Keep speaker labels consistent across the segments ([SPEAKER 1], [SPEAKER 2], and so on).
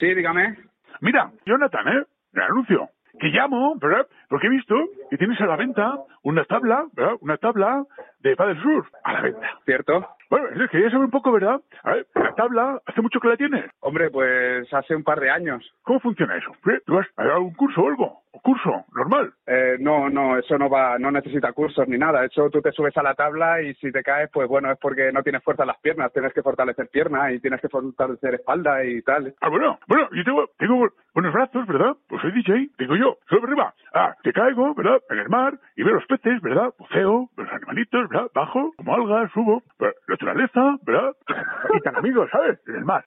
[SPEAKER 1] Sí, dígame.
[SPEAKER 2] Mira, Jonathan, ¿eh? Le anuncio. Que llamo, ¿verdad? Porque he visto que tienes a la venta una tabla, ¿verdad? Una tabla de Padel Sur a la venta.
[SPEAKER 1] ¿Cierto?
[SPEAKER 2] Bueno, es que quería saber un poco, ¿verdad? A ver, la tabla, ¿hace mucho que la tienes?
[SPEAKER 1] Hombre, pues hace un par de años.
[SPEAKER 2] ¿Cómo funciona eso? ¿Eh? ¿Tú has has dado un curso o algo? ¿Un curso? ¿Normal?
[SPEAKER 1] Eh, no, no, eso no va, no necesita cursos ni nada. De hecho, tú te subes a la tabla y si te caes, pues bueno, es porque no tienes fuerza en las piernas. Tienes que fortalecer piernas y tienes que fortalecer espalda y tal.
[SPEAKER 2] Ah, bueno, bueno, yo tengo, tengo buenos brazos, ¿verdad? Pues soy DJ, digo yo, solo arriba. Ah, te caigo, ¿verdad? En el mar y veo los peces, ¿verdad? Buceo, los animalitos, ¿verdad? Bajo, como algas, subo, ¿verdad? naturaleza, ¿verdad? Y tan amigos, ¿sabes? En el mar.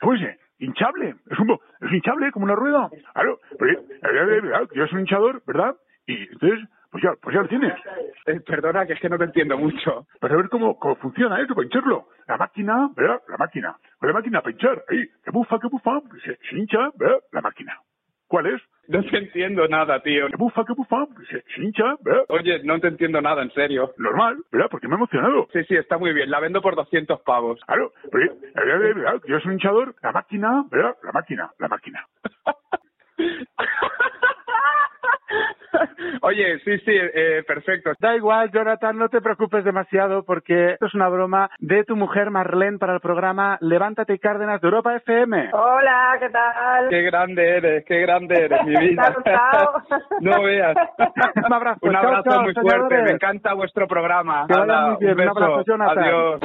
[SPEAKER 2] ¿Cómo es? ese? Hinchable. Es un, bo- es hinchable como una rueda. Claro, pero eh, eh, claro, yo soy un hinchador, ¿verdad? Y entonces, pues ya, pues ya lo tienes.
[SPEAKER 1] Eh, perdona, que es que no te entiendo mucho.
[SPEAKER 2] Para saber cómo, cómo funciona eso, para hincharlo. La máquina, ¿verdad? La máquina. Con la máquina para hinchar. Ahí, que bufa, que bufa. Se, se hincha, ¿verdad? La máquina. ¿Cuál es?
[SPEAKER 1] No te entiendo nada, tío.
[SPEAKER 2] Que bufa, que bufa. Se, se hincha, ¿verdad?
[SPEAKER 1] Oye, no te entiendo nada, en serio.
[SPEAKER 2] Normal, ¿verdad? Porque me he emocionado.
[SPEAKER 1] Sí, sí, está muy bien. La vendo por 200 pavos.
[SPEAKER 2] Claro, pero eh, eh, eh, claro, yo soy un hinchador. La máquina, ¿verdad? La máquina, la máquina.
[SPEAKER 1] Oye, sí, sí, eh, perfecto.
[SPEAKER 3] Da igual, Jonathan, no te preocupes demasiado porque esto es una broma de tu mujer Marlene para el programa Levántate y Cárdenas de Europa FM.
[SPEAKER 4] Hola, ¿qué tal?
[SPEAKER 1] Qué grande eres, qué grande eres, mi vida.
[SPEAKER 4] ¿Te ha gustado?
[SPEAKER 1] no veas.
[SPEAKER 3] Un abrazo.
[SPEAKER 1] Un
[SPEAKER 3] Chao,
[SPEAKER 1] abrazo
[SPEAKER 3] chao,
[SPEAKER 1] muy
[SPEAKER 3] soñadores.
[SPEAKER 1] fuerte. Me encanta vuestro programa.
[SPEAKER 3] Que vaya
[SPEAKER 1] Hala,
[SPEAKER 3] muy bien.
[SPEAKER 1] Un
[SPEAKER 3] Un
[SPEAKER 1] beso.
[SPEAKER 3] abrazo, Jonathan.
[SPEAKER 1] Adiós.